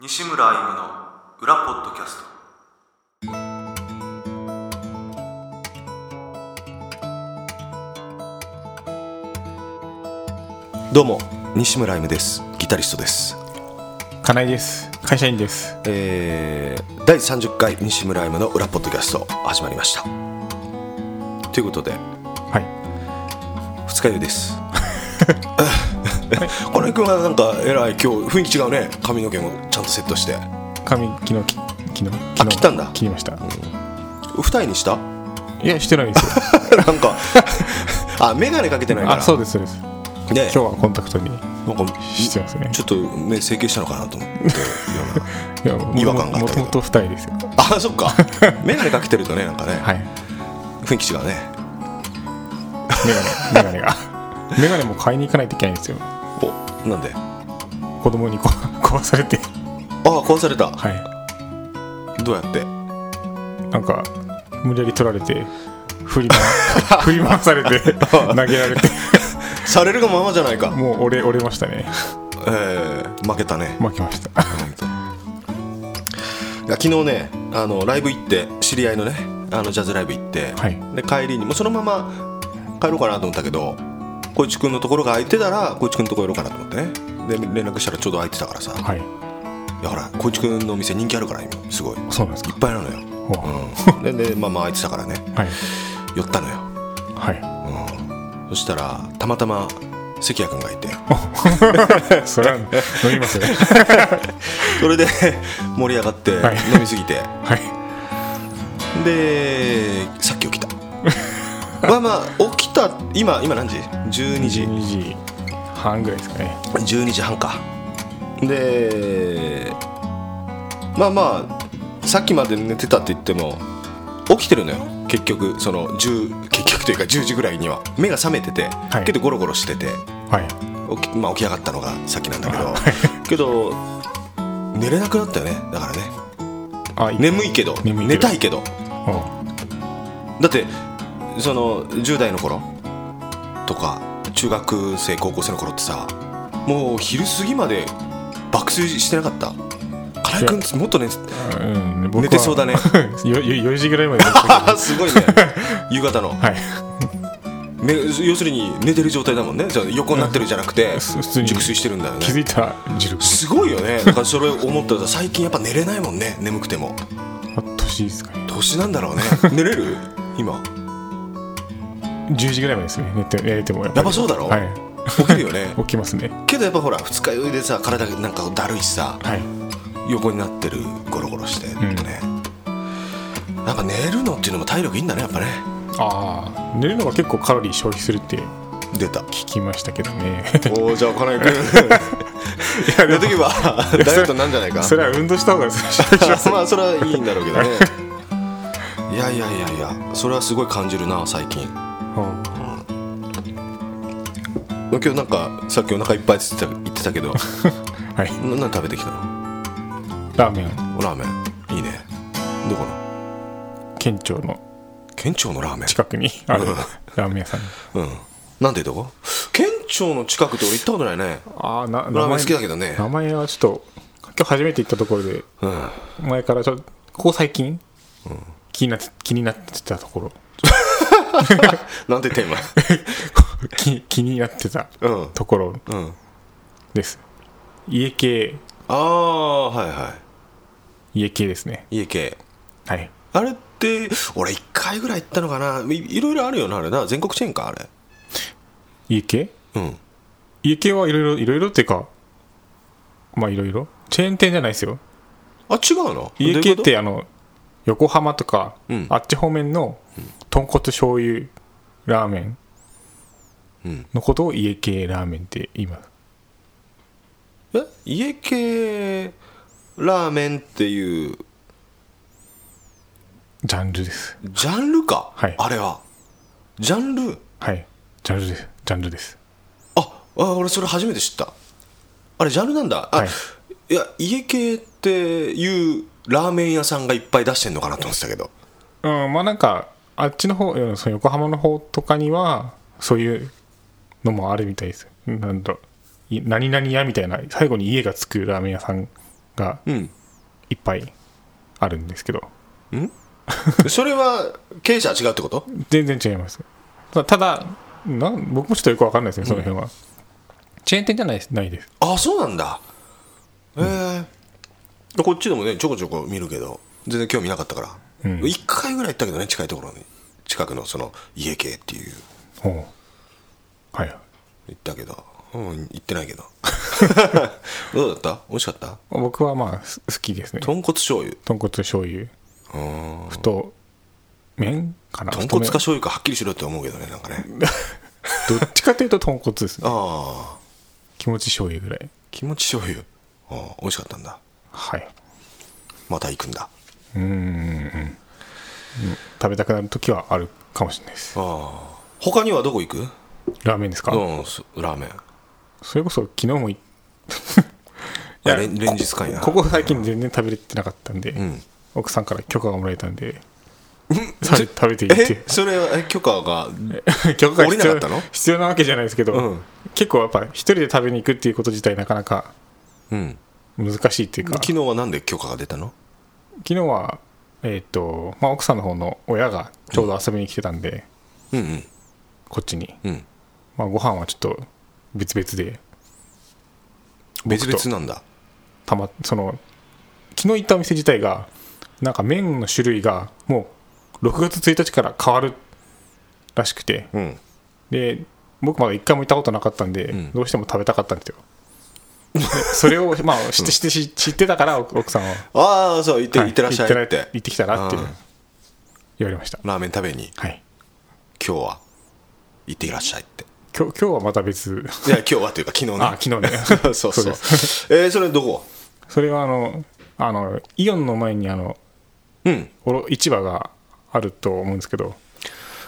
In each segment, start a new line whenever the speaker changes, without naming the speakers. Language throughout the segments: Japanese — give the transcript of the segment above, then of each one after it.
西村歩夢の裏ポッドキャスト
どうも西村歩夢ですギタリストです、
金井です会社員です
えー、第30回西村歩夢の裏ポッドキャスト始まりましたということで
はい
二日酔いです 金井君はなんかえらい今日雰囲気違うね髪の毛もちゃんとセットして
髪昨日き昨日昨
切ったんだ
切りました、
二重にした
いやしてな いですよ
なんかあ眼鏡かけてないから
あそうですそうです
ね
今日はコンタクトに
なんか
してますね
ちょっと目整形したのかなと思ってるような
いや
違和感があった
も
け
と
ど
もと二重ですよ
あそっか眼鏡かけてるとねなんかね、
はい
雰囲気違うね
メガネメガネが メガネも買いに行かないといけないんですよ
おなんであ
子供にこ 壊されて
壊された
はい
どうやって
なんか無理やり取られて振り 回振り回されて投げられて
されるがままじゃないか、
もう折れ折れましたね
えー負けたね、
負けました
本当いや昨日ねあのライブ行って知り合いのねあのジャズライブ行って、
はい
で帰りにもうそのまま帰ろうかなと思ったけど光一君のところが空いてたら光一君のところ寄ろうかなと思ってねで連絡したらちょうど空いてたからさ、い、
はい
やほら光一君のお店人気あるから今すごいいっ
そうなんですか
ぱいなのよ、
ほ
う
う
ん、ででまあまあ空いてたからね
はい
寄ったのよ、
は
うん、そしたらたまたま関谷君がいて
いそれは飲みますよ
それで 盛り上がって
はい
飲みすぎて、
はい
でさっき起きたまあまあ起きた今今何時12時
2時半ぐらいですかね
12時半かでまあまあさっきまで寝てたって言っても起きてるのよ結局その10結局というか10時ぐらいには目が覚めてて、
い
けどゴロゴロしてて
はい
起き,、まあ、起き上がったのがさっきなんだけどけど寝れなくなったよねだからね
あい
眠いけど
眠いけど
寝たいけど
あ
だってその10代の頃とか中学生高校生の頃ってさもう昼過ぎまで爆睡してなかった金井君もっとね
うん僕は
寝てそうだね
よよ4時ぐらいまで寝てた けど
あーすごいね夕方の
はい
め要するに寝てる状態だもんねじゃあ横になってるじゃなくて
す 普通に
熟睡してるんだよね
気づいたら時力
すごいよねだからそれを思ったら最近やっぱ寝れないもんね眠くても
あ年ですかね
年なんだろうね寝れる今
10時ぐらいまでですね寝て寝れてもやっ
や
ぱ
ばそうだろ、
は
起きるよね
い起きますね
けどやっぱほら二日酔いでさ体がなんかだるいしさ
はい
横になってるゴロゴロして
ん
ね、やっぱ寝るのっていうのも体力いいんだねやっぱね
ああ寝るのが結構カロリー消費するって
出た
聞きましたけど ね
おおじゃあ金井君寝とけばダイエットになんじゃないか
それは運動した方が
まあそれはいいんだろうけどねいやいやいやいやそれはすごい感じるな最近
うん
今日なんかさっきお腹いっぱいって言ってた言ってたけど
はい
な何食べてきたの
ラーメン
ラーメンいいねどこの
県庁の
県庁のラーメン
近くにあるラーメン屋さん
うんなんでどこ県庁の近くって俺行ったことないね
ああ
ラ
な名
ーメン
前
好きだけどね
名前はちょっと今日初めて行ったところで
うん
前からちょっとここ最近、気になって気になってたところ
なんてテ ーマ
気気になってた
うん
ところ
うん
です、家系
ああはいは
家系ですね
い家系
はい
あれって俺1回ぐらい行ったのかないいろいろあるよなあれな全国チェーンかあれ
家系
うん
家系はいろいろいろいろっていうかまあいろいろチェーン店じゃないですよ
あ違うの
家
どうい
系
う
っ
こと
てあの横浜とか、
うん
あっち方面の豚骨醤油ラーメン
うん
のことを家系ラーメンって言います
え家系ラーメンっていう
ジャンルです
ジャンルか、
はい
あれはジャンル
はいジャンルですジャンルです
ああ俺それ初めて知ったあれジャンルなんだあ、
はい
い、や家系っていうラーメン屋さんがいっぱい出してんのかなと思ってたけど
うん、まあなんか、あっちの方、うんその横浜の方とかには、そういうのもあるみたいです。なんだろうい何々屋みたいな、最後に家がつくラーメン屋さんが
うん
いっぱいあるんですけど、
それは経営者は違うってこと
全然違いますただただなん僕もちょっとよくわかんないですねその辺は、チェーン店じゃないですないです
あそうなんだへえこっちでもねちょこちょこ見るけど全然興味なかったから、
うん
1回ぐらい行ったけどね近いところに近くのその家系っていう
ほうはいはい
行ったけどうん行ってない けどどうだった美味しかった
僕はまあす好きですね
豚骨醤油
豚骨醤油
うん
太麺かな
豚骨か
太
醤油かはっきりしろって思うけどねなんか ね
麺どっちかというと豚骨ですね
ああ
気持ち醤油ぐらい
気持ち醤油ああ美味しかったんだ
はい
また行くんだ
うーんうん食べたくなる時はあるかもしれないです
ああ他にはどこ行く
ラーメンですか、
うんそラーメン
それこそ昨日もい
いや連連日間や
ここ最近全然食べれてなかったんで、
ん
奥さんから許可がもらえたんで食べ食べていいって
えそれはえ許可が
許可が
降りな
必
か
要
ったの
必要なわけじゃないですけど、
うん
結構やっぱ一人で食べに行くっていうこと自体なかなか
うん
難しいっていうか
昨日はなんで許可が出たの
昨日は、えーっとまあ、奥さんの方の親がちょうど遊びに来てたんで、
うんうん
こっちに、
うん
まあ、ご飯はちょっと別々で
別
僕と
々なんだ
たまその昨日行ったお店自体がなんか麺の種類がもう6月1日から変わるらしくて
うん
で僕まだ一回も行ったことなかったんで、
ん
どうしても食べたかったんですよでそれ を、まあ、知って知って知知ってたから奥奥さんは「
ああそう行って行ってらっしゃ
はいい
っ
行って
て
行ってきたら」って
うん
言われました
ラーメン食べに
はい
今日は行っていらっしゃいって
今日今日はまた別
いや今日はというか昨日ね
あ 昨日 ね
そう
そ
そうう
で
えーそれどこ
それはあのあのイオンの前にあの
うん
おろ市場があると思うんですけど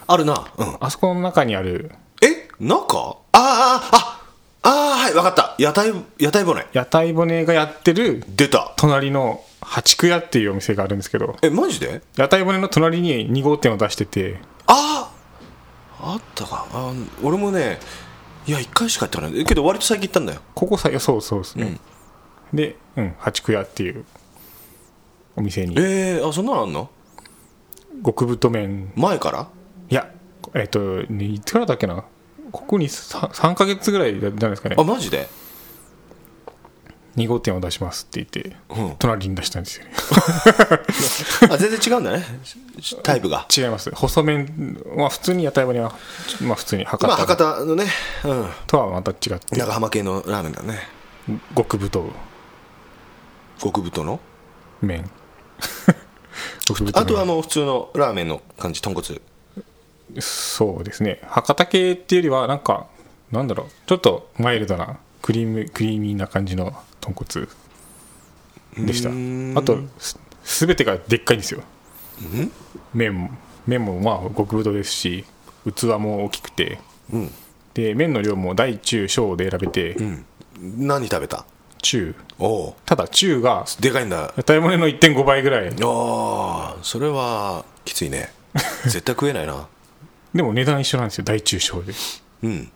あるなうん
あそこの中にある
え中ああああああはい分かった屋台屋台骨
屋台骨がやってる
出た
隣の八九屋っていうお店があるんですけど
えマジで
屋台骨の隣に2号店を出してて
あああったかあ俺もねいや1回しか行ったからないけど割と最近行ったんだよ
ここさそうそうですね、で、うん、八九屋っていうお店に
えー、あそんなのあんの
極太麺
前から
いやえっ、と、ね、いつからだっけなここに 3, 三ヶ月ぐらいじゃないですかね
あマジで
2号店を出しますって言って、
うん
隣に出したんですよね
あ全然違うんだねしタイプが
違います細麺まあ普通に屋台骨はまあ普通に博
まあ
多
博多のね、うん、
とはまた違って
長浜系のラーメンだね
極太
極太の
麺極太麺
あとはもう普通のラーメンの感じ豚骨
そうですね博多系っていうよりはなんかなんだろうちょっとマイルドなクリームクリーミーな感じの豚骨でした
うーん
あとすすべてがでっかいんですよ麺も麺もまあ極太ですし器も大きくて
うん
で麺の量も大中小で選べて、
うん何食べた
中
おお
ただ中が
でかいんだ
屋台骨の1.5倍ぐら
あ
い
あそれはきつい ね絶対食えないな
でも値段一緒なんですよ大中小で
うん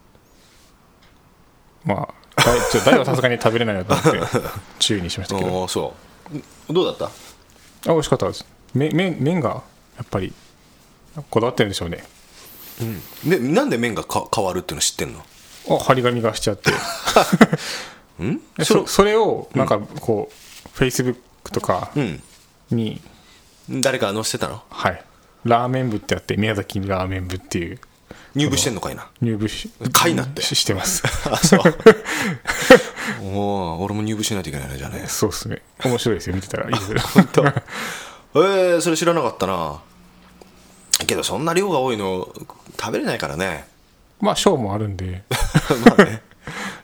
まあ大ちょ大はさすがに食べれないなと思って中にしましたけど
ああそうどうだった
あ美味しかったですめ麺麺がやっぱりこだわってるんでしょうね
でなんで麺がか変わるっていうの知ってんの
あ張り紙がしちゃって でそそれをなんかこう、フェイスブックとか
うん
に、
誰か載せてたの
はいラーメン部ってあって宮崎ラーメン部っていう
入部してんのかいな
入部し
会になって
ししてます
あそうおー俺も入部しないといけないなじゃあね
そうですね面白いですよ見て たらいいです
えー、それ知らなかったなけどそんな量が多いの食べれないからね
まあショーもあるんで
まあ ね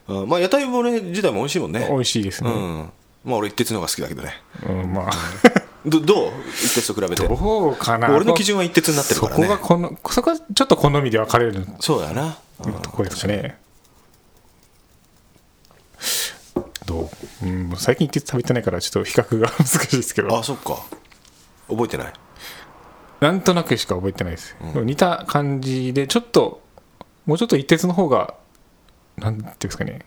うんまあ屋台骨自体も美味しいもんね
美味しいです
う
ね、
んまあ俺一徹の方が好きだけどね
うんまあ
どどう一徹と比べて
どうかな
俺の基準は一徹になってるからね
そこがこのそこはちょっと好みで分かれる
そうだな、うん
とこですかね。どう、うん、最近って食べてないからちょっと比較が 難しいですけど
あそっか覚えてない
なんとなくしか覚えてないです、でも似た感じでちょっともうちょっと一徹の方がなんていうんですかね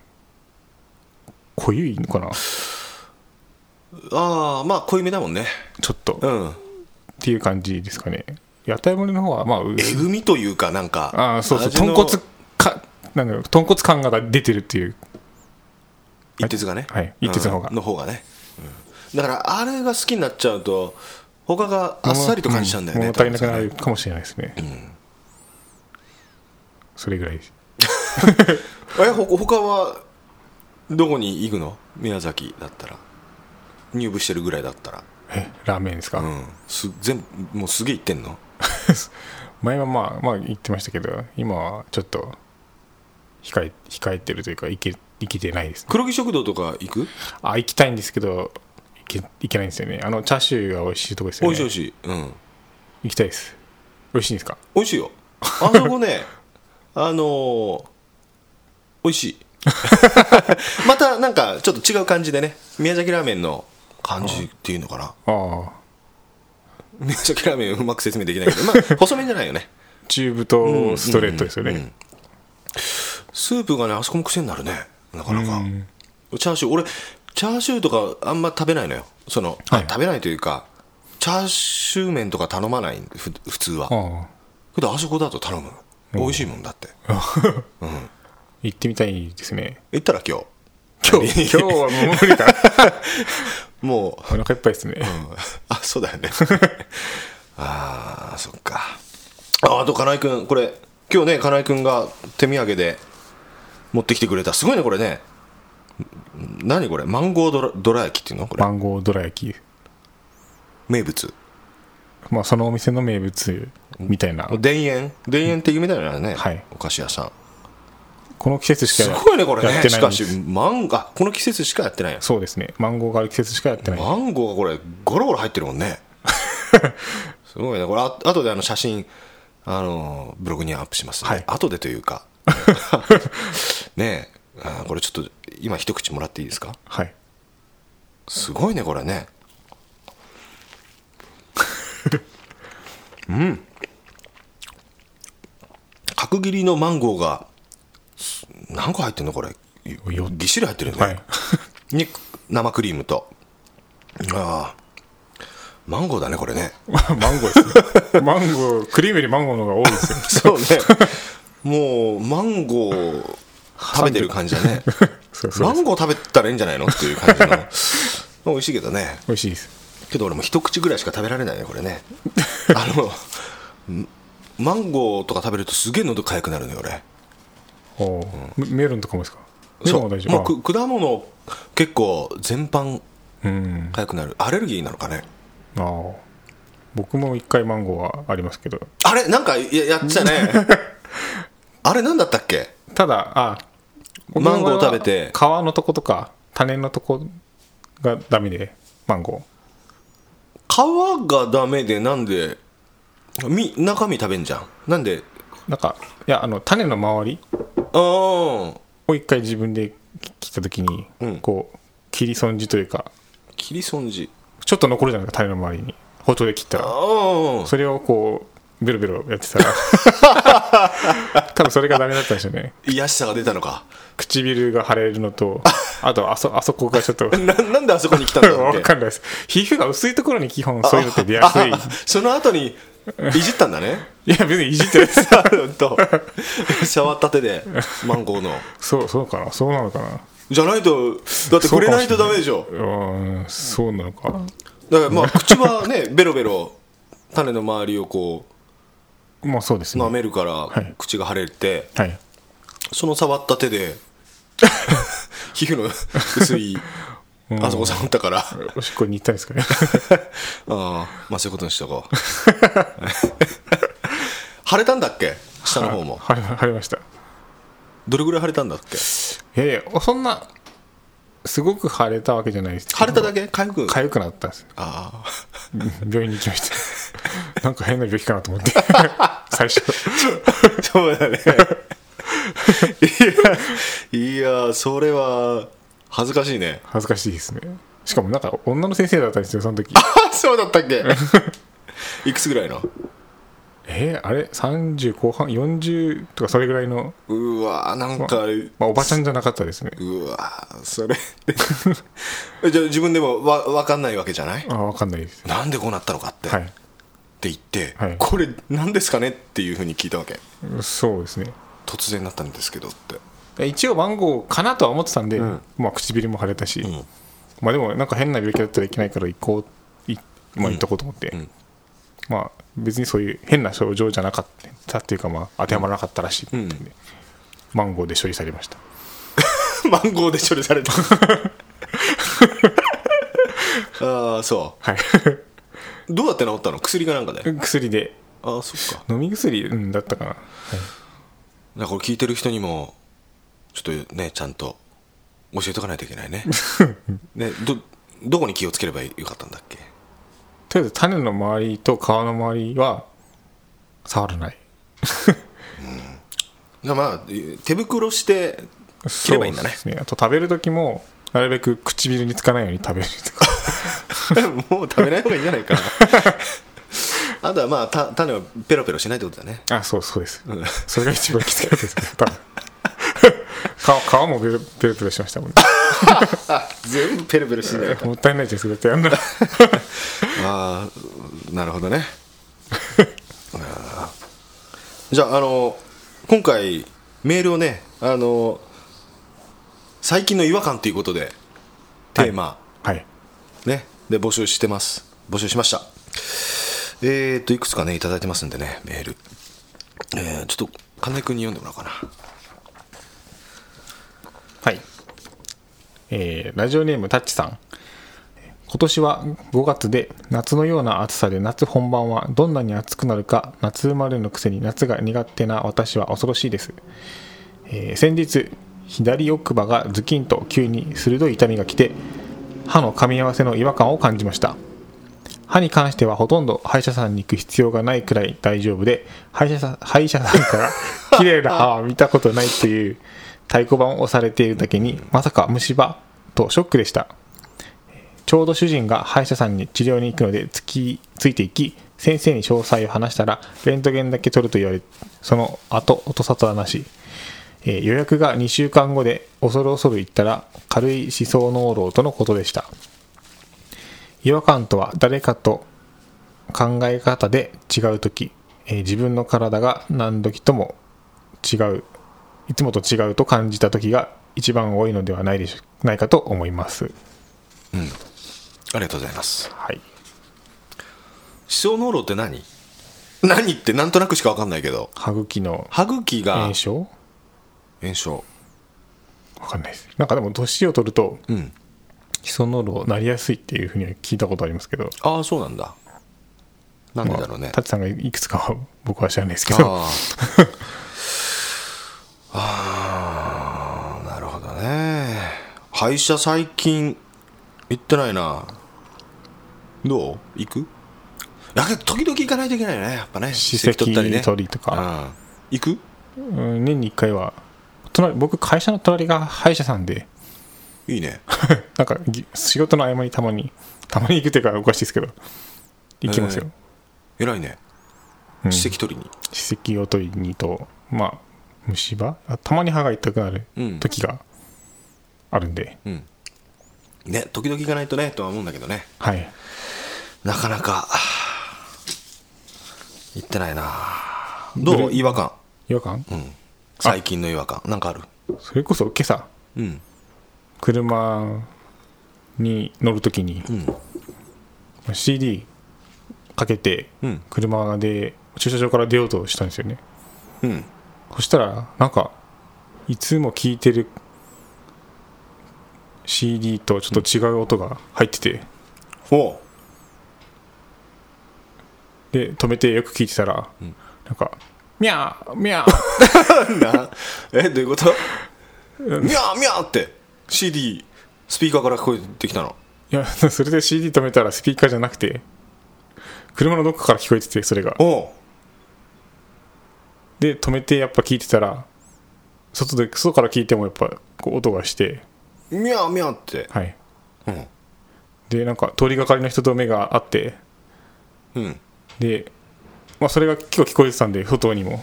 濃ゆいのかな
ああまあ濃いめだもんね
ちょっと、
う
っ
ん
ていう感じですかね屋台盛りの方はま あ
えぐみというかなんか
ああそうそう
味
豚
の
骨かなんだろう豚骨感が出てるっていう
一徹がね
はい一徹の方が
うんの方がね、うんだからあれが好きになっちゃうと他があっさりと感じちゃうんだよね、
物足りなくな
多分
る
ね
かもしれないですね、それぐらいです
えほ他はどこに行くの宮崎だったら入部してるぐらいだったら
えラーメンですか、
うんす全部もうすげえ行ってんの
前はまあまあ言ってましたけど今はちょっと控え控えてるというか行け行けてないですね
黒木食堂とか行く
あ行きたいんですけど行け行けないんですよねあのチャーシューが美味しいとこですよ
美
ね
味しい美味しいうん
行きたいです美味しいんですか
美味しいよあそこ ねあのー、美味しい またなんかちょっと違う感じでね宮崎ラーメンの感じっていうのかな
ああ
宮崎ラーメンうまく説明できないけど、まあ、細麺じゃないよね
中太ストレートですよね、
うんスープがねあそこも癖になるねなかなか、
うん
チャーシュー俺チャーシューとかあんま食べないのよその、あ
はい
食べないというかチャーシュー麺とか頼まないふ普通は
ああ
けどあそこだと頼む美味しいもんだって
行ってみたいです ね
行ったら今日
今日今日はもう無理だ
もう
お腹いっぱいですね、
あそうだよねああそっかああと金井君これ今日ね金井君が手土産で持ってきてくれたすごいねこれねん何これマンゴードラどら焼きっていうのこれ
マンゴーどら焼き
名物
まあそのお店の名物みたいな
田園田園って有名だよね、
はい
お菓子屋さん
この季節しか
すごいねこれ
やっ
ね
て
し
ないん
か
です
しマンあこの季節しかやってないよ
そうですねマンゴーがある季節しかやってない
マンゴーがこれゴロゴロ入ってるもん ねすごいねこれあ後であの写真あのブログにアップしますね、
はい
後でという かねえあこれちょっと今一口もらっていいですか
はい
すごいねこれ ねうん角切りのマンゴーがす何個入ってんのこれ
よ
ぎっしり入ってるよね、
はい
に生クリームとああマンゴーだねこれ ね
マンゴーですね。マンゴー、クリームよりマンゴーの方が多いです
そ
よ。
うね もうマンゴー食べてる感じだね
そうそう
マ
です
ンゴー食べたらいいんじゃないのっていう感じの 美味しいけどね
美味しいです。
けど俺も一口ぐらいしか食べられないねこれねあのんマンゴーとか食べるとすげえ喉痒くなるのよ俺
おーメメロンとかもですかメロンは大丈
も
夫
うく果物結構全般
あうん。
痒くなるアレルギーなのかね
あー僕も一回マンゴーはありますけど。
あれなんかややってたねあれなんだったっけ
ただ、あ僕の
マンゴー食べて
場合は皮のとことか、種のとこがダメで、マンゴ
皮がダメでなんでみ中身食べんじゃんなんで
ー。なんか、いや、あの、種の周り
ああ
を一回自分で切ったときに、
うん
こう、切り損じというか、
切り損じ
ちょっと残るじゃないですか、種の周りに。包丁で切ったら
あ。あ
それをこうベロベロやってたら多分それがダメだったんでしょうね
癒しさが出たのか
唇が腫れるのとあとあそあそこがちょっと
ななんであそこに来たんだろう
分
っ
か
て
んないです皮膚が薄いところに基本そういうのって出やす いい
その後にいじったんだね
や別にいじってないです
なると触った手でマンゴーの
そうそうかなそうなのかな
じゃないとだって触れないとダメでしょ
うーんそうなの
だ
か
からまあ口はねベロベロ種の周りをこ
まあそうです
う舐
ね
めるから
い
口が腫れて、
はい
その触った手 で皮膚の薄いあそこ触った から
おしっこに行ったんですかね
あーまあそういうことにしとこう 腫れたんだっけ下の方 も
腫れ腫れました
どれぐらい腫れたんだっけ
いやいやそんなすごく腫れたわけじゃないですけど
腫れただけ回復
痒くなったんです
ああ
病院に行きました なんか変な病気かなと思って 最初
そうだねい やいやそれは恥ずかしい ね
恥ずかしいですねしかもなんか女の先生だったんですよその時
あそうだったっけいくつぐらいの
ええーあれ30後半40とかそれぐらいの、
うわーなんかあれ
まあ、おばちゃんじゃなかったですね
うわーそれ えじゃあ自分でもわ分かんないわけじゃない
あ分かんないです
なんでこうなったのかって、
は
って
い
言って、
はい
これ何ですかねっていうふうに聞いたわけ
そうですね
突然だったんですけどって
一応番号かなとは思ってたんで、
ん
まあ、唇も腫れたし、
ん
まあ、でもなんか変な病気だったらいけないから行こうい、まあ、行っとこうと思って、
ん
まあ、別にそういう変な症状じゃなかったっていうか、まあ、当てはまらなかったらしいっていうんで、マンゴーで処理されました
マンゴーで処理され たああそ
はい
うどうやって治ったの薬かなんかで
薬で
ああそっか
飲み薬、うん、だったかな
だからこれ聞いてる人にもちょっとねちゃんと教えとかないといけ ないねねどどこに気をつければよかったんだっけ
とりあえず種の周りと皮の周りは触らない
じゃあまあ手袋して切ればいいんだね
そうですあと食べる時もなるべく唇につかないように食べるとか
もう食べない方がいいんじゃない かなあとはまあた種をペロペロしないってことだね
あそうそうです、
ん
それが一番きつかったですね多 分皮皮もベロベロベロしましたもんね
全部ペロペロしない
もったいないですだってあ んな
ああなるほど ねあーじゃああの今回メールをねあの最近の違和感ということでテーマ、
はい
ね、で募集してます募集しましたえー、っといくつかねいただいてますんでねメール、えー、ちょっと金井君に読んでもらおうかな
はいえーラジオネームタッチさん今年は5月で夏のような暑さで夏本番はどんなに暑くなるか夏生まれのくせに夏が苦手な私は恐ろしいです、えー先日左奥歯がズキンと急に鋭い痛みが来て歯の噛み合わせの違和感を感じました歯に関してはほとんど歯医者さんに行く必要がないくらい大丈夫で歯医者さん歯医者さんから綺麗な歯は見たことないという太鼓判を押されているだけにまさか虫歯とショックでしたちょうど主人が歯医者さんに治療に行くのでつきついていき先生に詳細を話したらレントゲンだけ取ると言われその後音沙汰なしえー予約が2週間後で恐る恐る行ったら軽い思想脳漏とのことでした違和感とは誰かと考え方で違う時、えー自分の体が何時とも違ういつもと違うと感じた時が一番多いのではないでしょないかと思います
ありがとうございます
はい
思想脳炉って何何ってなんとなくしか分かんないけど
歯茎の
歯茎が
炎症
炎症
わかんないですなんかでも年を取ると
うん
基礎濃度なりやすいっていうふうには聞いたことありますけど
ああそうなんだなんでだろう
まあ
ね、
タチさんがいくつかは僕は知らないですけど
あ ああーなるほどね歯医者最近行ってないなどう行くだけど時々行かないといけないよねやっぱね
歯石取りとか、
うん行く
うん年に1回は隣僕会社の隣が歯医者さんで
いいね
なんかぎ仕事の合間にたまにたまに行くっていうかおかしいですけど行きますよ、
偉いね
うん
歯石取りに、
歯石を取りにとまあ虫歯あたまに歯が痛くなる
うん
時があるんで、
うんね時々行かないとねとは思うんだけどね
はい
なかなか行ってないなど
ど
う
れ
違和感、
違和感
うん、最近の違和感なんかある
それこそ今朝
うん
車に乗る時に
うん
CD かけて
うん
車で駐車場から出ようとしたんですよね
うん
そしたらなんかいつも聴いてる CD とちょっと違う音が入ってて、
おう
で止めてよく聴いてたら、なんか「ミャーミャー」
なえどういうことミャーミャーって CD スピーカーから聞こえてきたの
いや それで CD 止めたらスピーカーじゃなくて車のどこかから聞こえててそれが
おう
で止めてやっぱ聴いてたら外で外から聞いてもやっぱこう音がして
ミャーミャーって
はい
うん
でなんか通りがかりの人と目が合って
うん
でまあ、それが結構聞こえてたんで外にも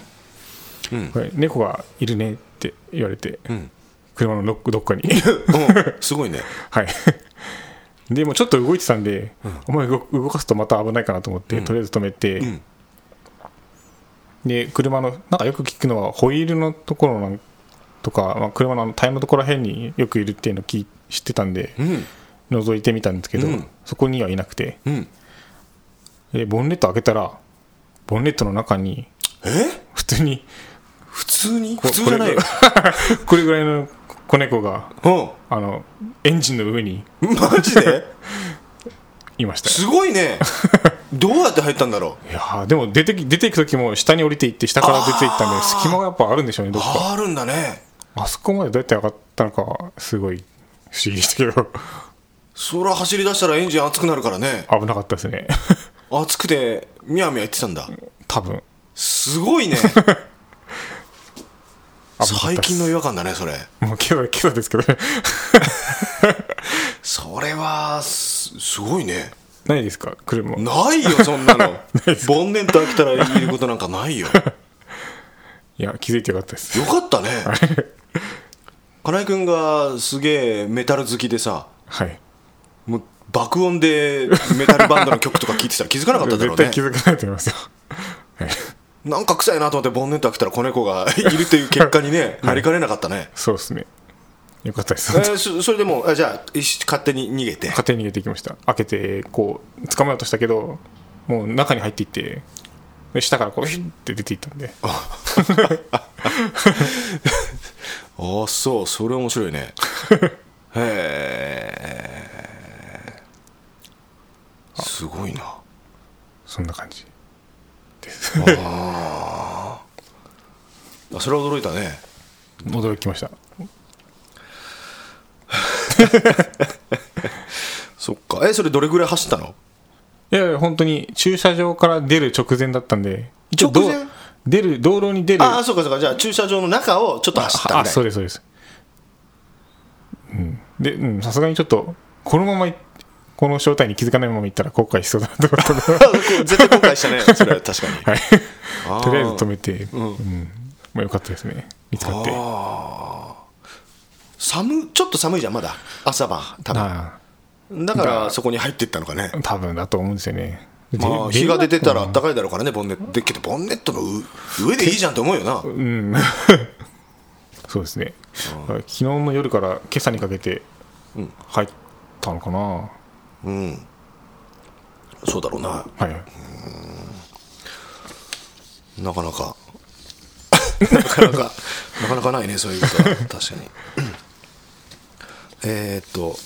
うん
これ猫がいるねって言われて、
ん
車のロックどっか に
うんすごいね
はいでもうちょっと動いてたんで、お前動動かすとまた危ないかなと思って、とりあえず止めて、
ん
で車のなんかよく聞くのはホイールのところなんとか、まあ、車のあのタイヤのところらへんによくいるっていうのを聞い知ってたんで、
うん
覗いてみたんですけど、
うん
そこにはいなくて
うん
でボンネット開けたらボンネットの中に
え
普通に
普通に
こ
普通じゃないよ
これぐらいの 子猫が
う
あのエンジンの上に
んマジで
いました
すごいねどうやって入ったんだろう
いやーでも出てき出ていく時も下に降りていって下から出ていったんで隙間がやっぱあるんでしょうねどっか
あるんだね
あそこまでどうやって上がったのかはすごい不思議でしたけど
そら走り出したらエンジン熱くなるからね
危なかったですね
熱くてみやみや言ってたんだ
多分
すご いね
危なかったっす
最近の違和感だねそれ
もう今朝今朝ですけど ね
それはすすごいね
ないですか車い
ないよそんな のボンネット開けたらいることなんかないよよ
や気づいてよかったです
かったね金井君がすげえメタル好きでさ
はい
もう爆音でメタルバンドの曲とか聴いてたら気づかなかっただろ
絶
うね
対気づかないと思いますよ はい
なんか臭いなと思ってボンネット開けたら子猫がいるという結果にね、なりかねなかったね。
そうですねよかったです
えーそそれでもうあじゃあいし勝手に逃げて
家庭に逃げていきました開けてこう捕まえようとしたけどもう中に入っていってで下からこうヒュッて出ていったんで
ああそうそれ面白い ねへえすごいな
そんな感じ
あそれは驚いたね
驚きました
そっかえそれどれぐらい走ったの
いやいや本当に駐車場から出る直前だったんで一応
直前
どう出る道路に出る
ああそうかそうかじゃあ駐車場の中をちょっと走った
あ
み
そう
たい
ですそうです、うん、でうんさすがにちょっとこのままいこの正体に気づかないまま行ったら後悔しそうだなと思ったんで
絶対後悔 したねそれは確かに
はい
あー
とりあえず止めてうん、まあ、よかったですね見つかってあ
寒ちょっと寒いじゃんまだ朝晩多分
あ
だからそこに入っていったのかね
多分だと思うんですよね。で
まあ、
で
日が出てたら暖かいだろうからね、ボンネット。でけど、ボンネットのう上でいいじゃんと思うよな。
うん。そうですね。昨日の夜から今朝にかけて入ったのかな。は
うん。そうだろうな。
いはい。
なかなか。なかなか、 なかなかないね、そういうことは。確かに。えーっと、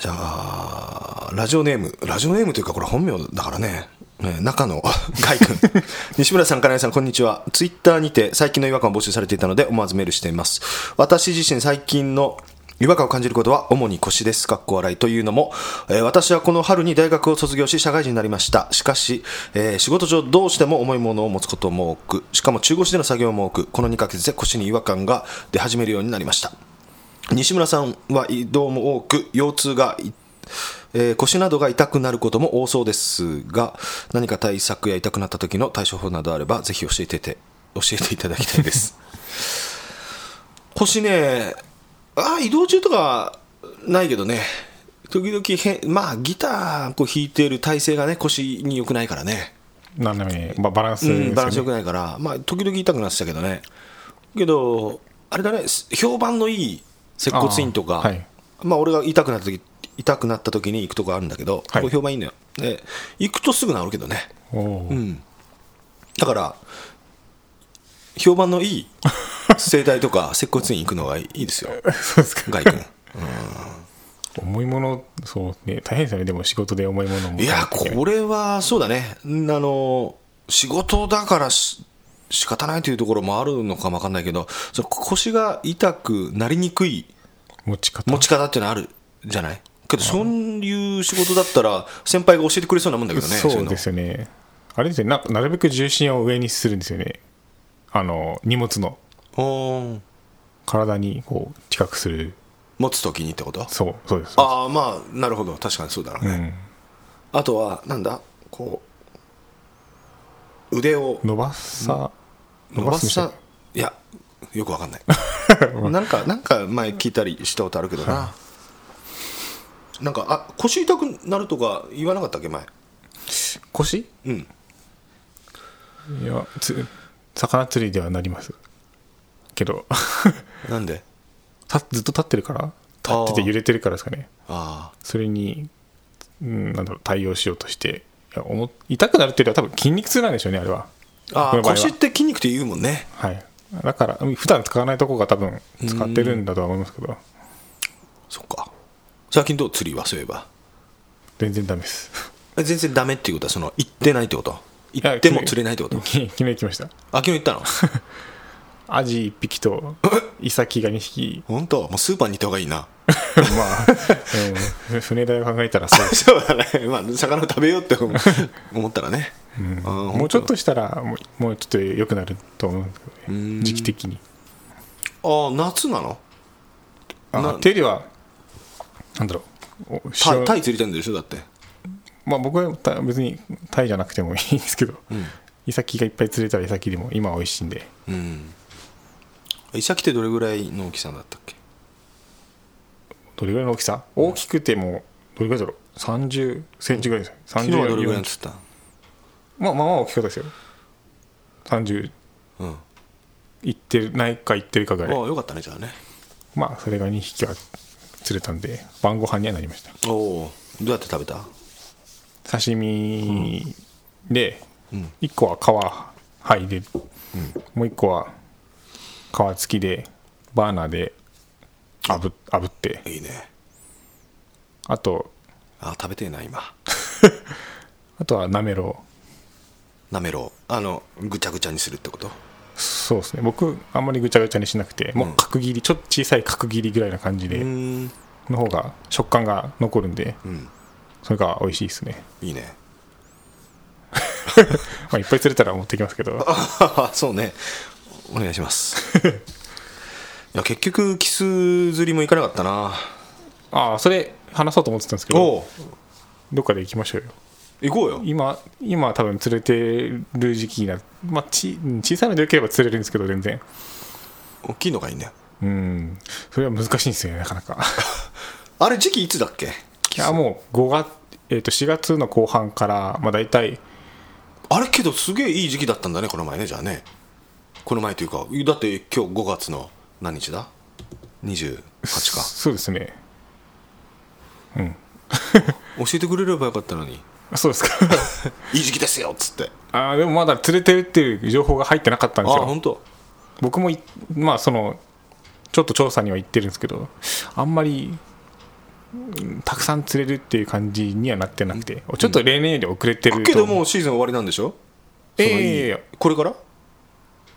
じゃあ、ラジオネーム。ラジオネームというか、これ本名だからね。えー中 野外君西村さん、金井さん、こんにちは。ツイッターにて最近の違和感を募集されていたので、思わずメールしています。私自身、最近の違和感を感じることは主に腰です。かっこ笑いというのも、えー私はこの春に大学を卒業し社会人になりました。しかし、えー仕事上どうしても重いものを持つことも多く、しかも中腰での作業も多く、この2ヶ月で腰に違和感が出始めるようになりました。西村さんは移動も多く腰痛がい、えー腰などが痛くなることも多そうですが何か対策や痛くなった時の対処法などあればぜひ教えてて教えていただきたいです腰ねあー移動中とかはないけどね時々へまあギターこう弾いてる体勢がね腰に良くないからね
斜め、ばバランスですよね
うん、バランス良くないから、まあ、時々痛くなってたけどね、けど、あれだね、す評判のいい接骨院とか、
あーはい
まあ、俺が痛くなった時痛くなった時に行くとこあるんだけど、
はい
これ評判いいのよ、で行くとすぐ治るけどね、
おおー、
だから、評判のい い整体とか接骨院行くのがいいですよ、
そうですか。
ガイ君。
重いもの、そうね、大変ですよね。でも仕事で重いものも。
いや、これはそうだね、んあの仕事だからし仕方ないというところもあるのかもわかんないけど、その腰が痛くなりにくい
持ち方。
持ち方っていうのはあるじゃないけど、そういう仕事だったら、先輩が教えてくれそうなもんだけどね、い
そう
の
ですよね。あれですよねな、なるべく重心を上にするんですよね。あの、荷物の
おー
体にこう近くする。
持つときにってこと
そう、そうです。
ああ、まあ、なるほど、確かにそうだろうね。
うん
あとは、なんだ、こう、腕を
伸ばさ
伸ば
す
さいやよくわかんないなんかなんか前聞いたりしたことあるけどななんかあ腰痛くなるとか言わなかったっけ前
腰
うん
いやつ魚釣りではなりますけど
なんで
たずっと立ってるから立ってて揺れてるからですかね
ああ
それに、うん、なんだろう対応しようとしていやおも痛くなるっていうよりは多分筋肉痛なんでしょうねあれは
あ
僕
あ
の場合は
腰って筋肉って言うもんね
はいだから普段使わないとこが多分使ってるんだとは思いますけど
そっか最近どう釣りはそういえば
全然ダメです
え全然ダメっていうことはその行ってないってこと行っても釣れないってこと
昨日昨日行きま した
あ昨日行ったの
アジ1匹とイサキが2匹
本当もうスーパーに行った方がいいな
まあ、うん、船代を考えたらそう
そうだねまあ魚食べようって思う思ったらね、うん、
もうちょっとしたらもうもうちょっと良くなると思うんですけどね時期的に
ああ夏なのな
あ手入れはなんだろうお
タイ
塩
タイ釣りたいんでしょだって
まあ、僕はた別にタイじゃなくてもいいんですけど、イサキがいっぱい釣れたらイサキでも今は美味しいんで
うんイサキってどれぐらいの大きさだったっけ
どれぐらいの大きさ大きくてもどれぐらいだろう30センチぐらいです
昨日はどれ
30
ぐらい
40
釣った
まあまあまあ大きかったですよ30
うんあ
いってないかいってるかぐ
あ
らい
よかったねじゃあね
まあそれが2匹は釣れたんで晩ご飯にはなりました
おおどうやって食べた
刺身で
うん
1個は皮剥いで、もう1個は皮付きでバーナーで炙っ炙って
いいね
あと
あ食べてえな今
あとはなめろ
なめろうあのぐちゃぐちゃにするってこと
うそうですね僕あんまりぐちゃぐちゃにしなくてもう角切り、ちょっと小さい角切りぐらいな感じ
う
で
ん
の方が食感が残るんで
うん
それが美味しいですね、
いいね
まあ、いっぱい釣れたら持ってきますけど
そうねお願いしますいや結局キス釣りも行かなかったな
ああそれ話そうと思ってたんですけど
お
どっかで行きましょうよ
行こうよ
今今多分釣れてる時期な、まあ、ち小さいのでよければ釣れるんですけど全然
大きいのがいいね
うんそれは難しいんですよねなか なか
あれ時期いつだっけ
いやもう5月、えー、と4月の後半から、まあ、大体
あれけどすげえいい時期だったんだねこの前ねじゃあねこの前というかだって今日5月の何日だ28か
そうですね
教えてくれればよかったのに
あそうですか
いい時期ですよっつって
あーでもまだ釣れてるっていう情報が入ってなかったん
あ
ですよ
本当。
僕もいまあそのちょっと調査には行ってるんですけどあんまりうんたくさん釣れるっていう感じにはなってなくて、ちょっと例年より遅れてる
け
と
ど
思
も
う
うシーズン終わりなんでしょ
ええ
そのいい
いやいやいや
これから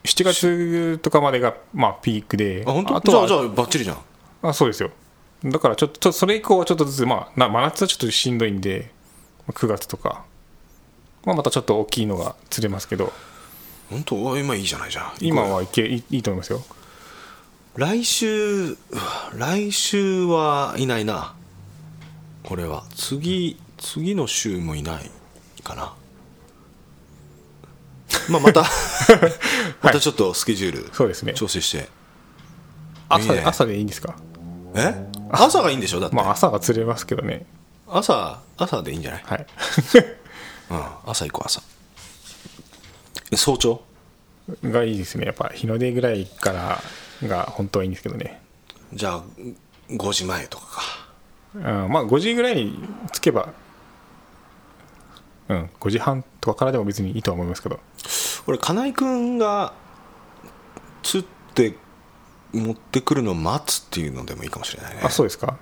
7月とかまでが、まあ、ピークで
あ本当。
と
じゃ
は
あじゃあバッチリじゃん
あそうですよだからちょっとちょっとそれ以降はちょっとずつ、まあ、な真夏はちょっとしんどいんで9月とか、まあ、またちょっと大きいのが釣れますけど
本当あ今いいじゃないじゃん
今
行こ
はいけいいいいと思いますよ
う来週うわ来週はいないな俺は次次の週もいないかなまあま たまたちょっとスケジュール
そうですね
調整して
朝
いいね
朝でいいんですか
え朝がいいんでしょだって、
まあ朝が釣れますけどね
朝朝でいいんじゃない、
はい
うん、朝行こう朝え早朝
がいいですねやっぱ日の出ぐらいからが本当はいいんですけどね
じゃあ5時前とかか
うんまあ5時ぐらいに着けばうん5時半とかからでも別にいいとは思いますけど
俺金井君が釣って持ってくるのを待つっていうのでもいいかもしれないね
あそうですか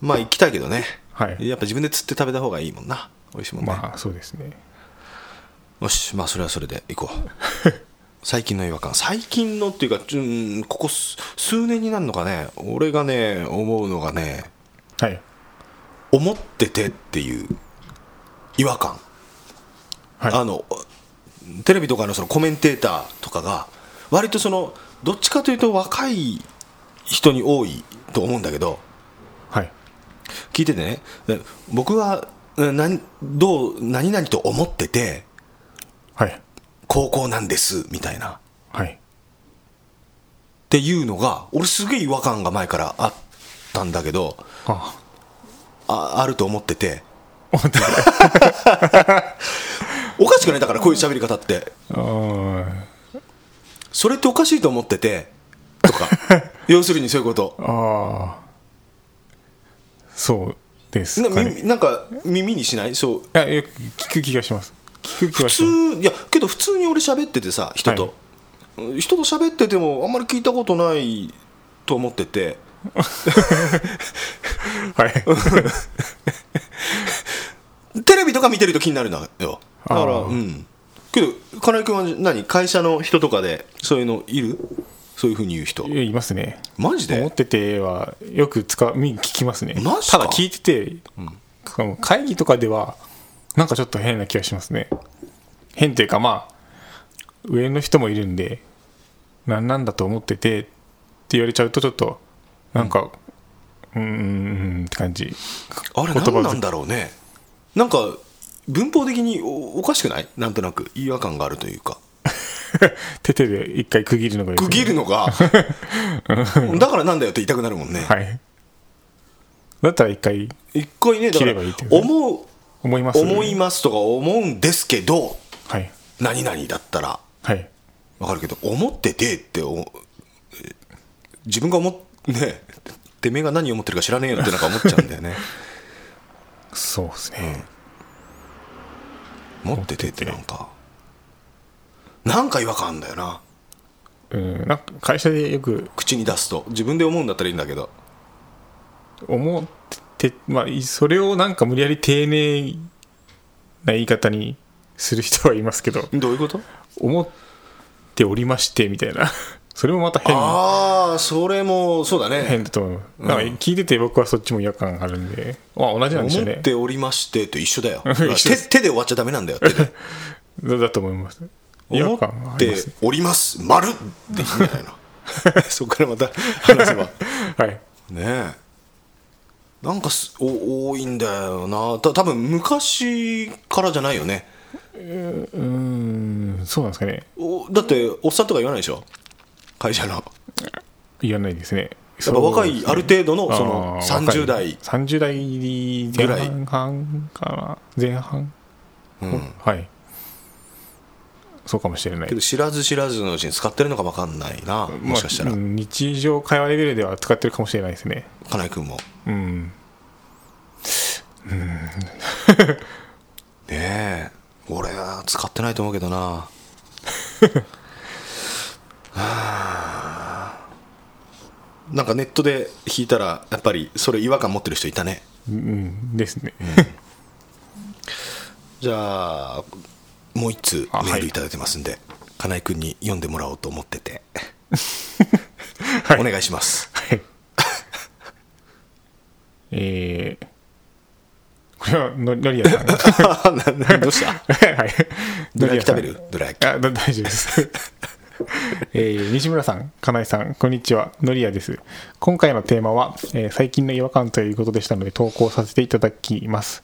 まあ行きたいけどね、
はい
やっぱ自分で釣って食べた方がいいもんな美味しいもんね、
まあそうですね
よしまあそれはそれで行こう 最近の違和感最近のっていうかうんここ数数年になるのかね俺がね思うのがね
はい
思っててっていう違和感、
はい
あのテレビとかのそのコメンテーターとかが割とそのどっちかというと若い人に多いと思うんだけど
はい
聞いててねで僕はうん何どう何々と思ってて
はい
高校なんですみたいな
はい
っていうのが俺すげえ違和感が前からあったんだけど
あ
ああると思ってておかしくないだからこういう喋り方って
あー
それっておかしいと思っててと か要するにそういうこと
あーそうです
な
かね
耳なんか耳にしないそう
いやよく聞く気がします聞く気がします
普通いやけど普通に俺喋っててさ人と、人と喋っててもあんまり聞いたことないと思ってて
はい
テレビとか見てると気になるのよだから
あー
うんけど金井君は何会社の人とかでそういうのいるそういうふうに言う人
いやいますね
マジ
思っ
で
ててはよく使うみ聞きますね
マジか
ただ聞いてて、その会議とかではなんかちょっと変な気がしますね変というかまあ上の人もいるんで何なんだと思っててって言われちゃうとちょっとなんかうんうーんって感じ
あれ
言葉
何なんだろうねなんか文法的におおかしくないなんとなく違和感があるというか
手手で一回区切るのがいいです
区
ね
切るのがだからなんだよって言いたくなるもんね、
はいだったら一回
一回ねだか
切れ
ら
ばいいっていうね
思う
思います
思いますとか思うんですけど
はい
何々だったら
はい
わかるけど思っててっておえ自分が思っねてめえが何思ってるか知らねえよってなんか思っちゃうんだ よね
そうですね、
思っててってなんかなんか違和感あんだよな
うん、なんか会社でよく
口に出すと自分で思うんだったらいいんだけど
思ってて、まあ、いそれをなんか無理やり丁寧な言い方にする人はいますけ ど
どういうこと
思っておりましてみたいな それもまた変
ああそれもそうだね
変だと思うなんか聞いてて僕はそっちも違和感があるんで、まあ、同じなんでしょ
思
う
っ
ね
ておりましてと一緒だよ
一緒で
手
す
手で終わっちゃダメなんだよ手で
だだと思います違
思
和
っ
感があり
て
ますね
おります丸っていいんじゃない のそこからまた 話せば
はい
ねえなんかすお多いんだよなた多分昔からじゃないよね
うーんそうなんですかね
おだっておっさんとか言わないでしょ会社のやっ
言わないですね
ぱ若いある程度のその
あー若い
30代
30代前半かな前半、はいそうかもしれない
けど知らず知らずのうちに使ってるのか分かんないなもしかしたら、
まあうん日常会話レベルでは使ってるかもしれないですね
金井君も
うん
ねえ俺は使ってないと思うけどなは あなんかネットで弾いたらやっぱりそれ違和感持ってる人いたね
うんですね、
じゃあもう一通
あ
メー
はい
ルいただいてますんで、金井君に読んでもらおうと思って て、
はい
お願いします
はい えーこれはののり やさんは
などうした
い
どら
のりや
焼き
さん
食べるどら焼き
あだ 大丈夫です、えー西村さん、金井さん、こんにちは、のりやです。今回のテーマは、えー最近の違和感ということでしたので、投稿させていただきます。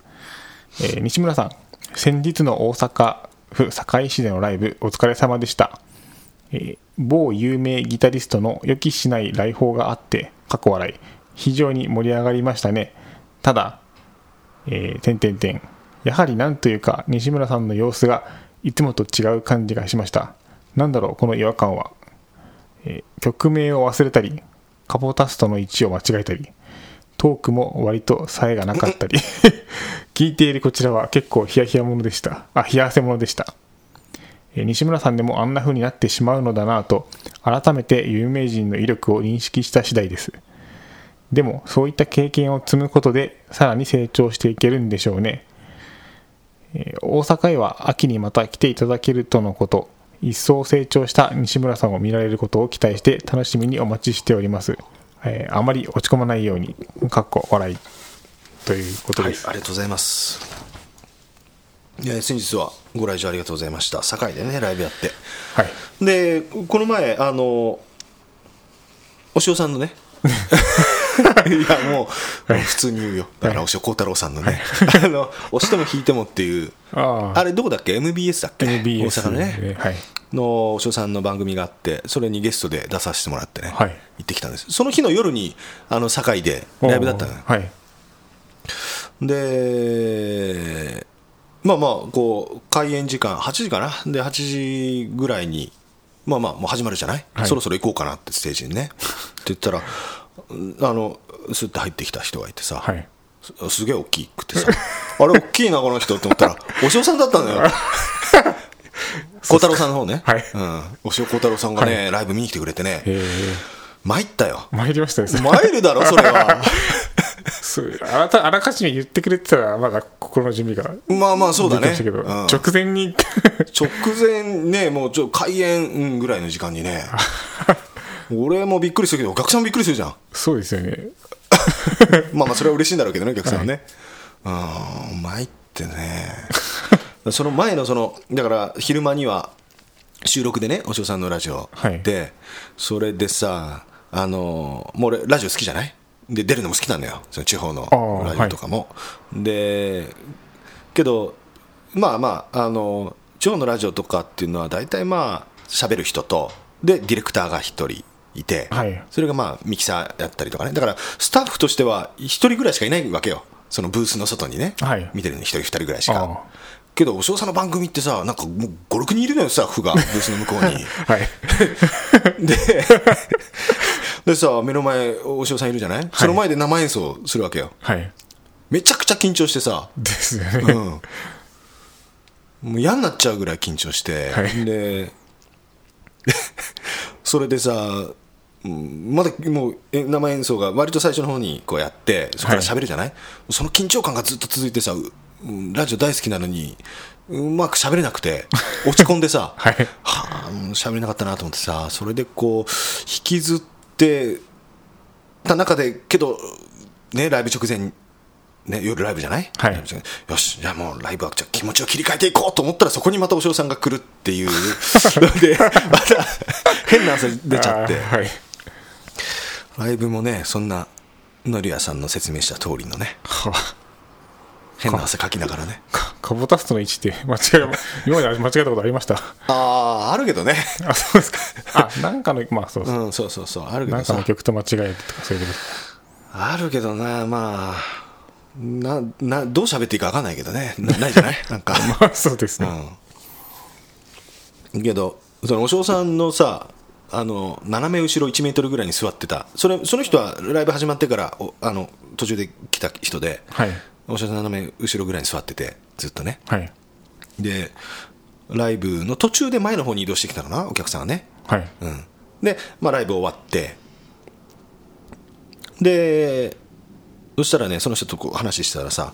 えー西村さん、先日の大阪府堺市でのライブ、お疲れ様でした。えー某有名ギタリストの予期しない来訪があって、過去笑い、非常に盛り上がりましたね。ただ、えー、点点点。やはりなんというか、西村さんの様子がいつもと違う感じがしました。なんだろう、この違和感は。えー曲名を忘れたり、カポタストの位置を間違えたり、トークも割とさえがなかったり、 聞いているこちらは結構ヒヤヒヤものでした。あ、冷や汗ものでした。えー西村さんでもあんな風になってしまうのだなぁと、改めて有名人の威力を認識した次第です。でもそういった経験を積むことでさらに成長していけるんでしょうね、えー大阪へは秋にまた来ていただけるとのこと一層成長した西村さんを見られることを期待して楽しみにお待ちしております、えーあまり落ち込まないようにかっこ笑いということ
はいあり
です、
がとうございますいや先日はご来場ありがとうございました堺でねライブやって
はい
でこの前あのお塩さんのねいやもうもう普通に言うよだから押尾幸太郎さんのね あの押しても引いてもっていう
ああ
あれどこだっけ MBS だっけ大
MBS
阪のね
ではい
の押尾さんの番組があってそれにゲストで出させてもらってね、
はい
行ってきたんですその日の夜にあの堺でライブだったのよ
はい
でまあまあこう開演時間8時かなで8時ぐらいにまあまあもう始まるじゃない、
はい
そろそろ行こうかなってステージにねって言ったらうんあのスッて入ってきた人がいてさ、
はい
すすげえ大きくてさ あれ大きいなこの人って思ったらお塩さんだったんだよ孝太郎さんの方ね、
はい
うん、お塩孝太郎さんがね、ライブ見に来てくれてね
え
参ったよ
ー、参りましたです
参るだろそれは
そうあらたあらかじめ言ってくれてたらまだ心の準備が
まあまあそうだ
できま
ね
したけ
う
ど、
ん
直前に
直前ね、もうちょ開演うんぐらいの時間にね、俺もびっくりするけど、お客さんびっくりするじゃん、
そうですよね
まあまあ、それは嬉しいんだろうけどね、お客さんはね。うん、参ってね、 その前のその、だから昼間には収録でね、お嬢さんのラジオ
はい
で、それでさ、あのもう俺、ラジオ好きじゃないで、出るのも好きなんだよ、その地方の
あー
ラジオとかも。でけどまあまああの地方のラジオとかっていうのは大体まあ喋る人とでディレクターが1人いて、
はい
それがまあミキサーだったりとかねだからスタッフとしては1人ぐらいしかいないわけよそのブースの外にね、
はい
見てるの1人2人ぐらいし
あ
か
あ
けどお嬢さんの番組ってさなんかもう56人いるのよスタッ フがブースの向こうに
はい
ででさ目の前お嬢さんいるじゃない、その前で生演奏するわけよ
はい
めちゃくちゃ緊張してさ
ですよね、
うん、もう嫌になっちゃうぐらい緊張して、
はい
で それでさうんまだもうえ生演奏が割と最初の方にこうやってそこから喋るじゃない、その緊張感がずっと続いてさううんラジオ大好きなのにうまく喋れなくて落ち込んで さ
はい
はあもう喋れなかったなと思ってさそれでこう引きずってた中でけど、ね、ライブ直前にね、夜ライブじゃない、
はい
ライブ直前よし、じゃあもうライブはじゃあ気持ちを切り替えていこうと思ったら、そこにまたお嬢さんが来るって いう、でまた変な汗出ちゃって
あ、ーはい
ライブもね、そんな、のりやさんの説明した通りのね、
は
変な汗かきながらね、
かカボタストの位置って間 違え今まで間違えたことありました
あー、あるけどね、
あそうですかあなんかのまあそう
う
そ
ん、そうそうそう、ある
う
け
なん
ど
かの
さ、
曲と間違えてとかそういうことです
あるけどな、まあ、ななどう喋っていいか分かんないけどね、なないじゃない、なんか。
まあそうですね、
うん、けどそのお嬢さんのさあの斜め後ろ1メートルぐらいに座ってたそれその人はライブ始まってからおあの途中で来た人で、
はい
お嬢さん斜め後ろぐらいに座っててずっとね
はい
でライブの途中で前の方に移動してきたのかなお客さんがね、
はい
うん、で、まあ、ライブ終わってでそしたらねその人とこう話してたらさ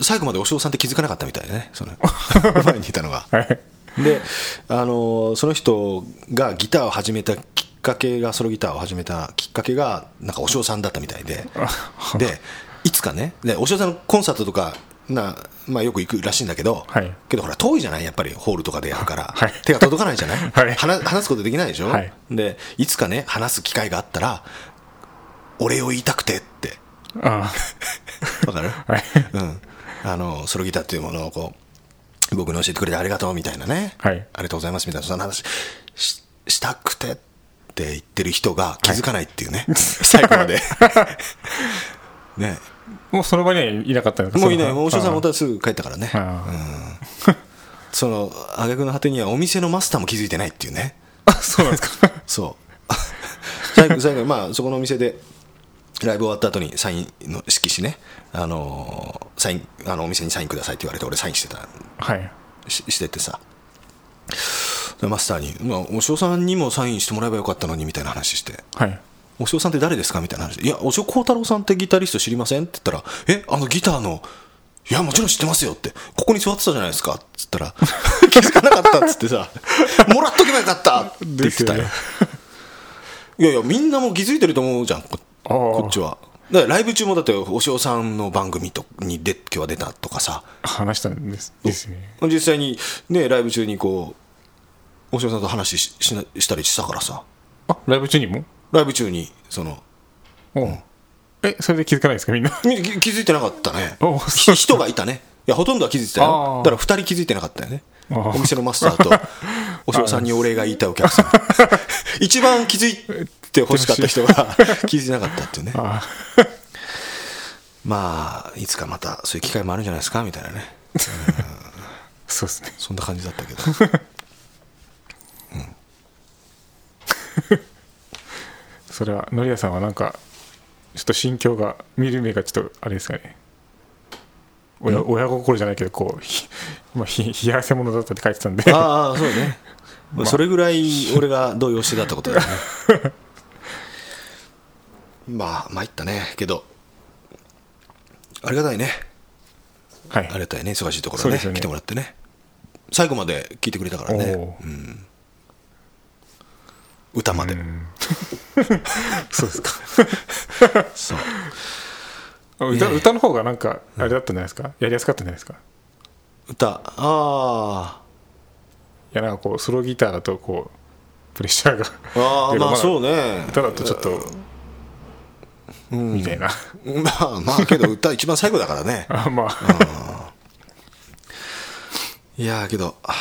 最後までお嬢さんって気づかなかったみたいだねその 前にいたのが
はい
で、あのーその人がギターを始めたきっかけがソロギターを始めたきっかけがなんかお嬢さんだったみたい ででいつかねでお嬢さんのコンサートとかな、まあ、よく行くらしいんだけど、
はい
けどほら遠いじゃないやっぱりホールとかでやるから、
はい
手が届かないじゃない、
はい
話話すことできないでしょ、
はい
でいつかね話す機会があったらお礼を言いたくてって
あ
わかる、
あ はい
うん、あのソロギターっていうものをこう僕に教えてくれてありがとうみたいなね、
はい
ありがとうございますみたいなそんな話ししたくてって言ってる人が気づかないってい うね、最後までね
もうその場にはいなかったのか
もういないもうお
そ
嬢
の
さんまたすぐ帰ったからね、
あ
その挙句の果てにはお店のマスターも気づいてないっていうね
ああそうなんですか
そう 最後最後にまあそこのお店でライブ終わった後にサインの色紙ね、あのーサインあのお店にサインくださいって言われて俺サインしてた
はい
ししててさでマスターに「まあ、お塩さんにもサインしてもらえばよかったのに」みたいな話して
はい
「お塩さんって誰ですか?」みたいな話でいやお塩幸太郎さんってギタリスト知りません?」って言ったら「えあのギターのいやもちろん知ってますよ」って「ここに座ってたじゃないですか」っつったら「気づかなかった」っつってさ「もらっとけばよかった」って言ってたよ
ですよね
いやいやみんなもう気づいてると思うじゃんこ
あー
こっちはだからライブ中もだってお塩さんの番組とにで今日は出たとかさ
話したんですですね
実際にねライブ中にこう大塩さんと話ししなしたりしたからさ
あライブ中にも
ライブ中にその
おうえそれで気づかないですかみんな
み気気づいてなかったね
おう
ひ人がいたねいやほとんどは気づいてた
あ
よ
ー
だから2人気づいてなかったよね
あー
お店のマスターと お城さんにお礼が言いたいお客さん一番気づいてほしかった人 が気づいてなかったっていうね
あ
まあいつかまたそういう機会もあるんじゃないですかみたいなね
そうですね
そんな感じだったけ ど
それはのりやさんはなんかちょっと心境が見る目がちょっとあれですかね親親心じゃないけどこうひ、 まあ、ひ冷や汗物だったって書いてたんで
ああそうね、それぐらい俺が動揺してたってことだよね まあ参ったねけどありがたいね
はい
ありがたいね忙しいところ
そう
ね
ですよね
来てもらってね最後まで聞いてくれたからね
お、ー
うん歌まで、
うん そうですか
そう
あ歌歌の方がなんかあれだったんじゃないですか、やりやすかったんじゃないですかい
歌ああ
やなんかこうソロギターだとこうプレッシャーが
ああ
出る
まあそう
う
ね
歌だとちょっと、みたいな
まあまあけど歌一番最後だからね
あ まあ
いやーけどあー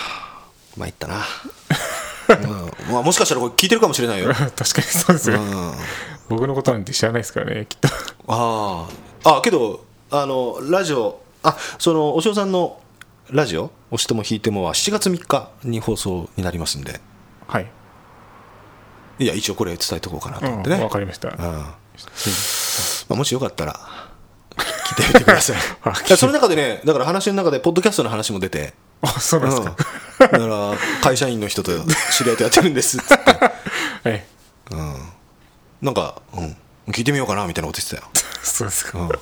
参ったな、うんまあ、もしかしたらこれ聞いてるかもしれないよ、うん、
確かにそうですよ、
あ
僕のことなんて知らないですからねきっと
ああけどあのラジオあそのお塩さんのラジオ「押しても引いても」は7月3日に放送になりますんで
はい、
いや一応これ伝えとこうかなと
う
思
ん
ってね、
わかりました、
うんまあ、もしよかったら聞いてみてください
あ
いやその中でねだから話の中でポッドキャストの話も出て
あそうなんです
う
か
ん、だから会社員の人と知り合いとやってるんですっつって
え
なんか、うん、聞いてみようかなみたいなこと言ってたよ、
えそうですか、
うん
はい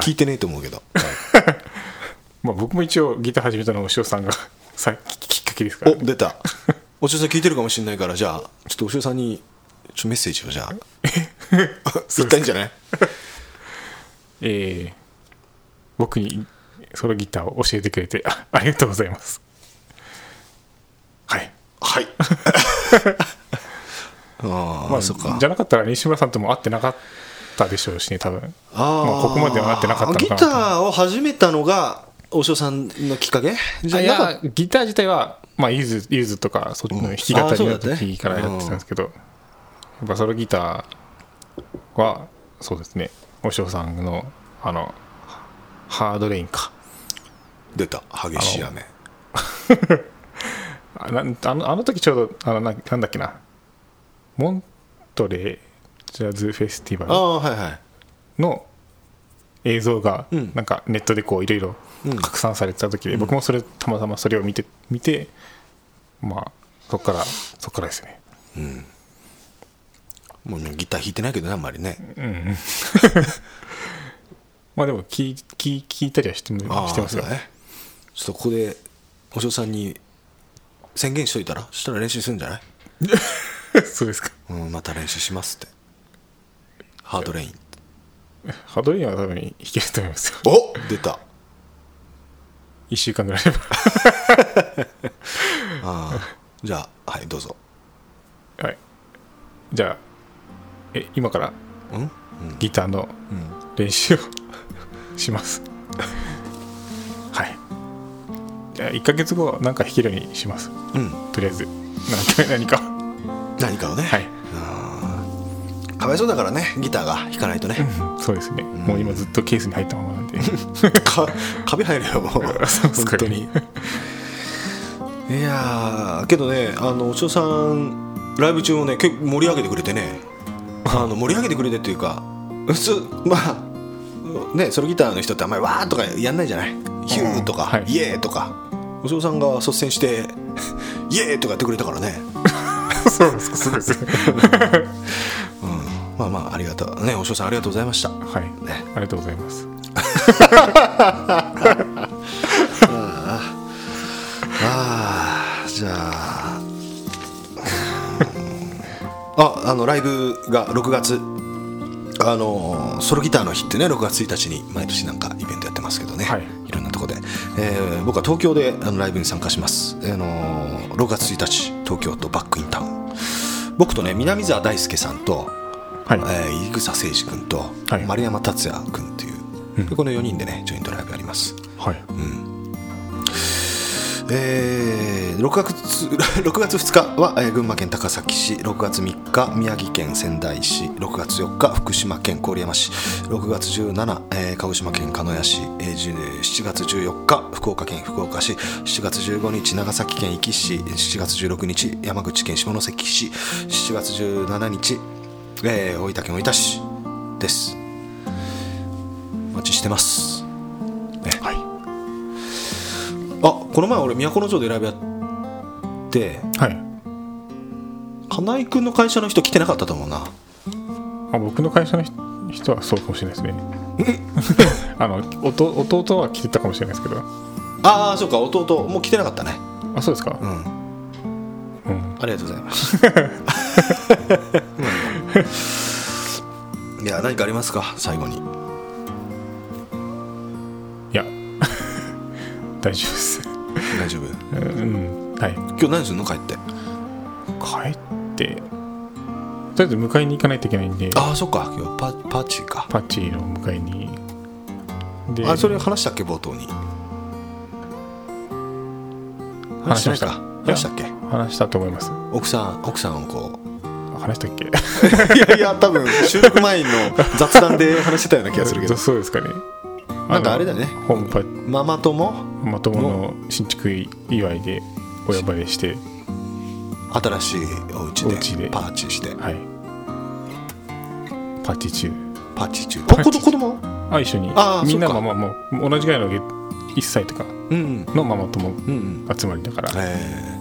聞いてねえと思うけど、
まあ、僕も一応ギター始めたのはお塩さんが さきっかけですから、
お出たおしゅうさん聞いてるかもしれないからじゃあちょっとおしゅうさんにちょっとメッセージをじゃあ 言ったらいいんじゃない
ええ僕にソロギターを教えてくれてあありがとうございますはい
はい ああ、
まあ、
そっか
じゃなかったら西村さんとも会ってなかったでしょうしね多分
あー
まあ、ここまでは会ってなかったのかな
ギターを始めたのがおしゅうさんのきっかけじゃ
あい
なかっ
やギター自体は、まあ、ゆずゆずとかそっちの弾き語
うんあーそ
り
うだ
の
ったね
時からやってたんですけど、やっぱソロギターはそうですねおしょうさんのあのハードレインか
出た激しい雨
あなんあのあの時ちょうどあのななんだっけなモントレージャズフェスティバ
あ
ル
あはいはい
の映像が
うん
なんかネットでこういろいろ
うん
拡散されてた時で、僕もそれたまたまそれを見て見てまあそこからそこからですね
もうねギター弾いてないけどねあんまりね
まあでも聞い聞い聞いたりはしても
ああ
してますよ
そうだねちょっとここでお嬢さんに宣言しといたらそしたら練習するんじゃない、
そうですか
うん、また練習しますってハードレイン
ハードレインは多分弾けると思いますよ
お出た
1週間ぐら いあれば
あーじゃあはいどうぞ
はい、じゃあえ今から
うんうん
ギターの練習を しますはいじゃあ1ヶ月後なんか弾けるようにします
うん
とりあえず何か何か
何かをね、
はい
かわいそうだからねギターが弾かないとね
そうですねもう今ずっとケースに入ったまま なんで
かカビ入るよもう
そうっす
本
か
当にいやーけどねあのお嬢さんライブ中もね結構盛り上げてくれてねあの盛り上げてくれてっていうか普通まあねソロギターの人ってあんまりわーとかやんないじゃないヒューとか、
はい
イエーとかお嬢さんが率先してイエーとかやってくれたからね
そうですかそうですね
まあまあありがとうねお嬢さんありがとうございました
はい
ね
ありがとうございます
ああじゃあ ああのライブが6月あのソロギターの日ってね6月1日に毎年なんかイベントやってますけどね、
はいい、
ろんなとこで、えー僕は東京であのライブに参加します、あの6月1日東京都バックインタウン僕とね南沢大輔さんと
はい
えー井草誠司君と
はい
丸山達也君っていう、
うん
この4人でねジョイントライブやります、
はい
うんえー6月 ,6 月2日は、えー群馬県高崎市6月3日宮城県仙台市6月4日福島県郡山市6月17、えー鹿児島県鹿屋市、えーじゅ7月14日福岡県福岡市7月15日長崎県壱岐市7月16日山口県下関市7月17日、えー大分県大分市ですお待ちしてます
はい
あこの前俺都城でライブやって
はい
金井君の会社の人来てなかったと思うな
あ僕の会社の人人はそうかもしれないですね あのおと弟は来てたかもしれないですけど
ああそうか弟もう来てなかったね
あそうですか
うん
うん
ありがとうございます いや何かありますか最後に
いや 大丈夫です
大丈夫
うんはい
今日何するの帰って
帰ってとりあえず迎えに行かないといけないんで
ああそっか今日パパーチーか
パッチーの迎えにで
あそれ話したっけ冒頭に
話しました
話ないか話したっけ
話したと思います
奥さん奥さんをこう
あ話したっけ
いやいや多分収録前の雑談で話してたような気がするけど
そうですかね
なんかあれだね
のホームパ
ママ友
まともの新築祝いでお呼ばれして
新しいお家
お家
で
で
パーチして
はいパーティー中
パーチ中
パーチ
あ子供子供
あ一緒に
あー
みんな
そ
の
っか
まあもう同じぐらいのげ1歳とか
うん
のママ友
うんうん
集まりだから
えー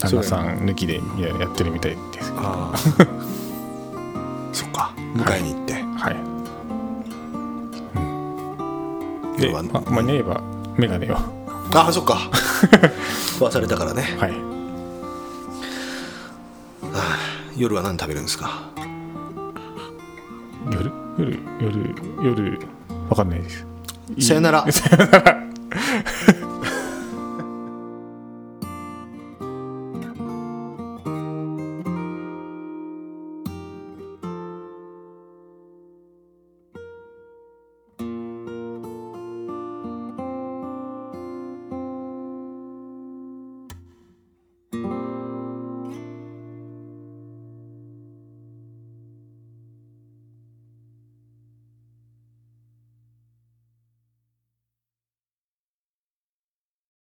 旦那さん抜きでみたいなやってるみたいですけど
あー そっか迎えに行って
はい
要
で、
は
まあ、間に合えば眼鏡をは
ああそっ か忘れたからね
い
夜は何食べるんですか
夜夜夜夜わかんないですいい
さよなら
さよなら